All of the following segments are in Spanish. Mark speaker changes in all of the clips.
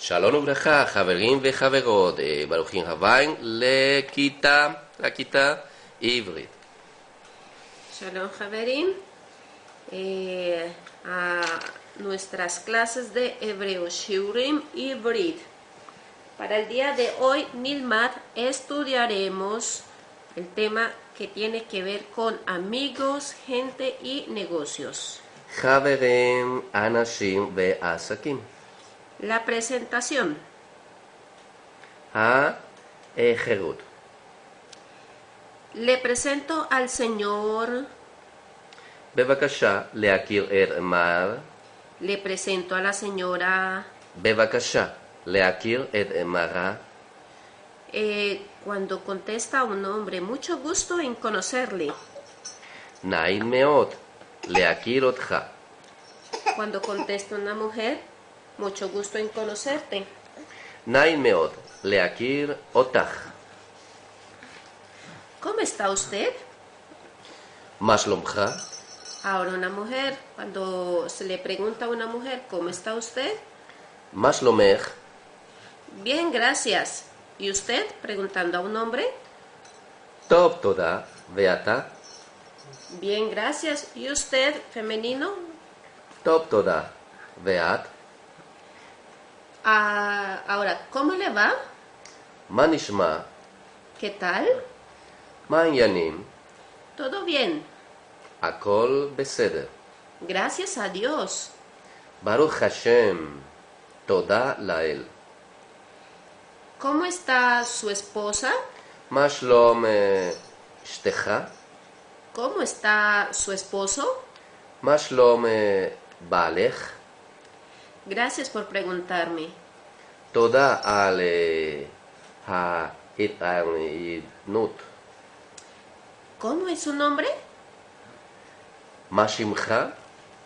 Speaker 1: Shalom Uvraja, Haverim Vejavegot, eh, Barujin Havain, Le Kita, La Kita, Ibrit.
Speaker 2: Shalom Haverim, eh, a nuestras clases de hebreo, Shurim y Brit. Para el día de hoy, Nilmat, estudiaremos el tema que tiene que ver con amigos, gente y negocios.
Speaker 1: Haverim Anashim Veasakim.
Speaker 2: La presentación,
Speaker 1: Ha Ejerut.
Speaker 2: le presento al señor,
Speaker 1: בבקשה להכיר את מר,
Speaker 2: le presento a la señora,
Speaker 1: בבקשה להכיר את מרה,
Speaker 2: Eh, cuando contesta un nombre, mucho gusto en conocerle.
Speaker 1: נעים מאוד להכיר אותך.
Speaker 2: Cuando contesta una mujer, mucho gusto en conocerte.
Speaker 1: נעים מאוד להכיר אותך.
Speaker 2: ¿Cómo está usted?
Speaker 1: מה שלומך?
Speaker 2: Ahora una mujer, cuando se le pregunta a una mujer, ¿cómo está usted?
Speaker 1: מה שלומך?
Speaker 2: Bien, gracias. ¿Y usted? Preguntando a un hombre.
Speaker 1: טוב, תודה. ואתה?
Speaker 2: Bien, gracias. ¿Y usted? Femenino.
Speaker 1: טוב, תודה. ואת?
Speaker 2: Ah, ahora, ¿cómo le va?
Speaker 1: מה נשמע?
Speaker 2: ¿Qué tal?
Speaker 1: מה העניינים?
Speaker 2: Todo bien.
Speaker 1: הכל בסדר.
Speaker 2: Gracias a Dios.
Speaker 1: ברוך השם. תודה לאל.
Speaker 2: ¿Cómo está su esposa?
Speaker 1: מה שלום אה, אשתך?
Speaker 2: ¿Cómo está su esposo?
Speaker 1: מה שלום אה, בעלך?
Speaker 2: Gracias por preguntarme.
Speaker 1: תודה על אה, ההתעניינות.
Speaker 2: ¿Cómo es su nombre?
Speaker 1: מה שמך?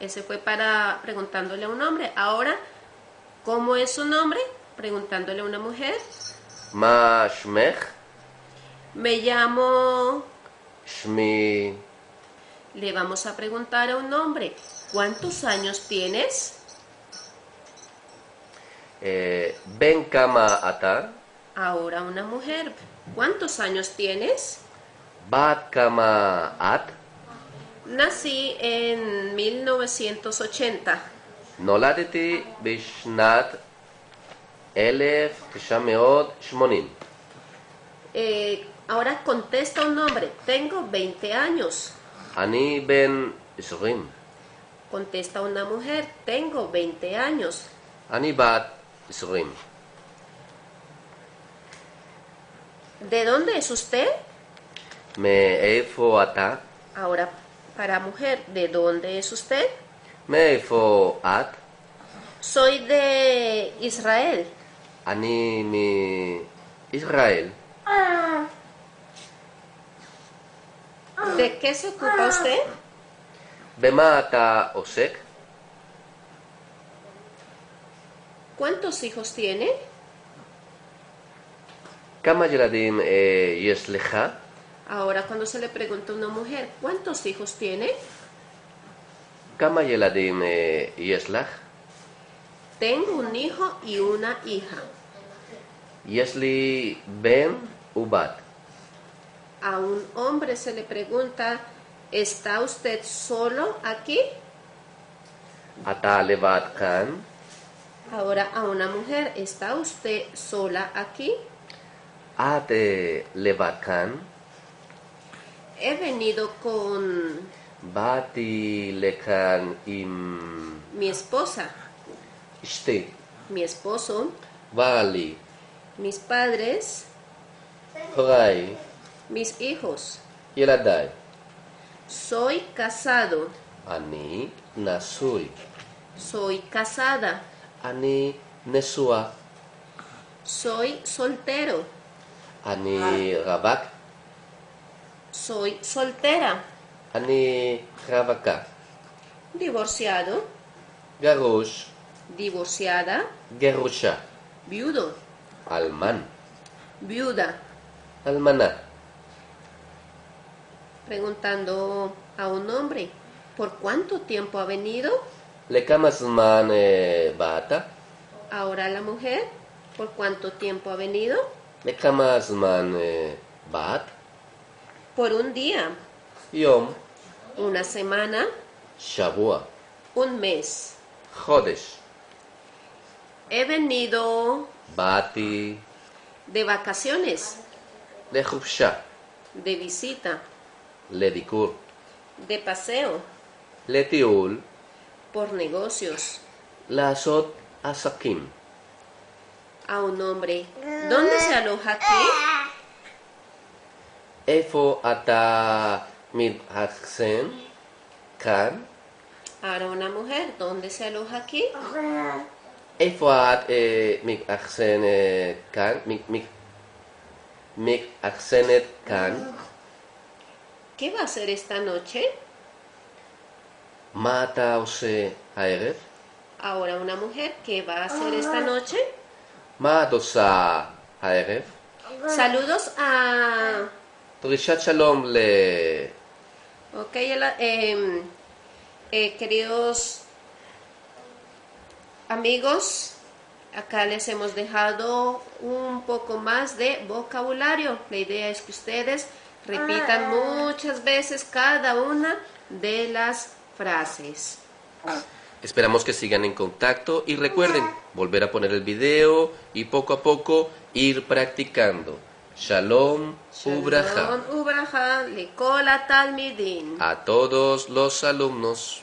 Speaker 2: Ese fue para preguntándole a un hombre. Ahora, ¿cómo es su nombre? Preguntándole a una mujer.
Speaker 1: מה שמך?
Speaker 2: Me llamo...
Speaker 1: שמי
Speaker 2: Le vamos a preguntar a un hombre. ¿Cuántos años tienes?
Speaker 1: אה, בן כמה אתה?
Speaker 2: Ahora una mujer. ¿Cuántos años tienes?
Speaker 1: בת כמה את?
Speaker 2: Nací en 1980.
Speaker 1: נולדתי בשנת 1980.
Speaker 2: Eh, ahora contesta un hombre. Tengo 20 años.
Speaker 1: אני בן 20.
Speaker 2: Contesta una mujer, tengo 20 años.
Speaker 1: אני בת 20.
Speaker 2: ¿De dónde es usted?
Speaker 1: מאיפה אתה?
Speaker 2: Ahora, para mujer, ¿de dónde es usted?
Speaker 1: מאיפה את?
Speaker 2: Soy de Israel.
Speaker 1: אני מישראל.
Speaker 2: ¿De qué se ocupa usted?
Speaker 1: במה אתה עוסק?
Speaker 2: ¿Cuántos hijos tiene?
Speaker 1: כמה ילדים אה, יש לך?
Speaker 2: Ahora, cuando se le pregunta a una mujer, ¿cuántos hijos tiene?
Speaker 1: כמה ילדים אה, יש לך?
Speaker 2: Tengo un hijo y una hija.
Speaker 1: יש לי בן ובת.
Speaker 2: A un hombre se le pregunta, ¿está usted solo aquí?
Speaker 1: אתה לבד כאן?
Speaker 2: Ahora, a una mujer, ¿está usted sola aquí?
Speaker 1: את אה, לבד כאן?
Speaker 2: He venido con
Speaker 1: באתי לכאן עם
Speaker 2: mi esposa,
Speaker 1: אשתי,
Speaker 2: mi esposo,
Speaker 1: בעלי,
Speaker 2: mis padres,
Speaker 1: הוריי,
Speaker 2: mis hijos.
Speaker 1: ילדיי.
Speaker 2: Soy casado,
Speaker 1: אני נשוי.
Speaker 2: soy casada,
Speaker 1: אני נשואה.
Speaker 2: Soy soltero.
Speaker 1: אני רווק.
Speaker 2: Soy soltera.
Speaker 1: אני רווקה.
Speaker 2: Divorciado.
Speaker 1: גרוש.
Speaker 2: Divorciada.
Speaker 1: גרושה.
Speaker 2: Viudo.
Speaker 1: אלמן.
Speaker 2: Viuda.
Speaker 1: אלמנה.
Speaker 2: Preguntando a un hombre, ¿por cuánto tiempo ha venido?
Speaker 1: לכמה זמן אה, באת?
Speaker 2: Ahora la mujer, ¿por cuánto tiempo ha venido?
Speaker 1: לכמה זמן אה, באת?
Speaker 2: Por un día,
Speaker 1: יום,
Speaker 2: una semana,
Speaker 1: שבוע,
Speaker 2: un mes.
Speaker 1: חודש.
Speaker 2: He venido
Speaker 1: באתי
Speaker 2: de vacaciones,
Speaker 1: לחופשה,
Speaker 2: de visita,
Speaker 1: לביקור,
Speaker 2: de paseo,
Speaker 1: לטיול,
Speaker 2: por negocios.
Speaker 1: לעשות עסקים.
Speaker 2: A un hombre, ¿dónde se aloja aquí?
Speaker 1: איפה אתה מתאכסן? כאן.
Speaker 2: Ahora una mujer, ¿dónde se aloja aquí?
Speaker 1: איפה את אה, מתאכסן, אה, כאן? מת- מת- מתאכסנת כאן?
Speaker 2: ¿Qué va a hacer esta noche?
Speaker 1: מה אתה עושה הערב?
Speaker 2: Ahora una mujer, ¿qué va a hacer esta noche?
Speaker 1: מה את עושה הערב?
Speaker 2: Saludos a...
Speaker 1: דרישת שלום ל...
Speaker 2: Ok, el- em, eh, queridos amigos, acá les hemos dejado un poco más de vocabulario. La idea es que ustedes repitan muchas veces cada una de las frases.
Speaker 1: Esperamos que sigan en contacto y recuerden volver a poner el video y poco a poco ir practicando. Shalom, Ubraja.
Speaker 2: Shalom, Ubraja, Lekola Talmidin.
Speaker 1: A todos los alumnos.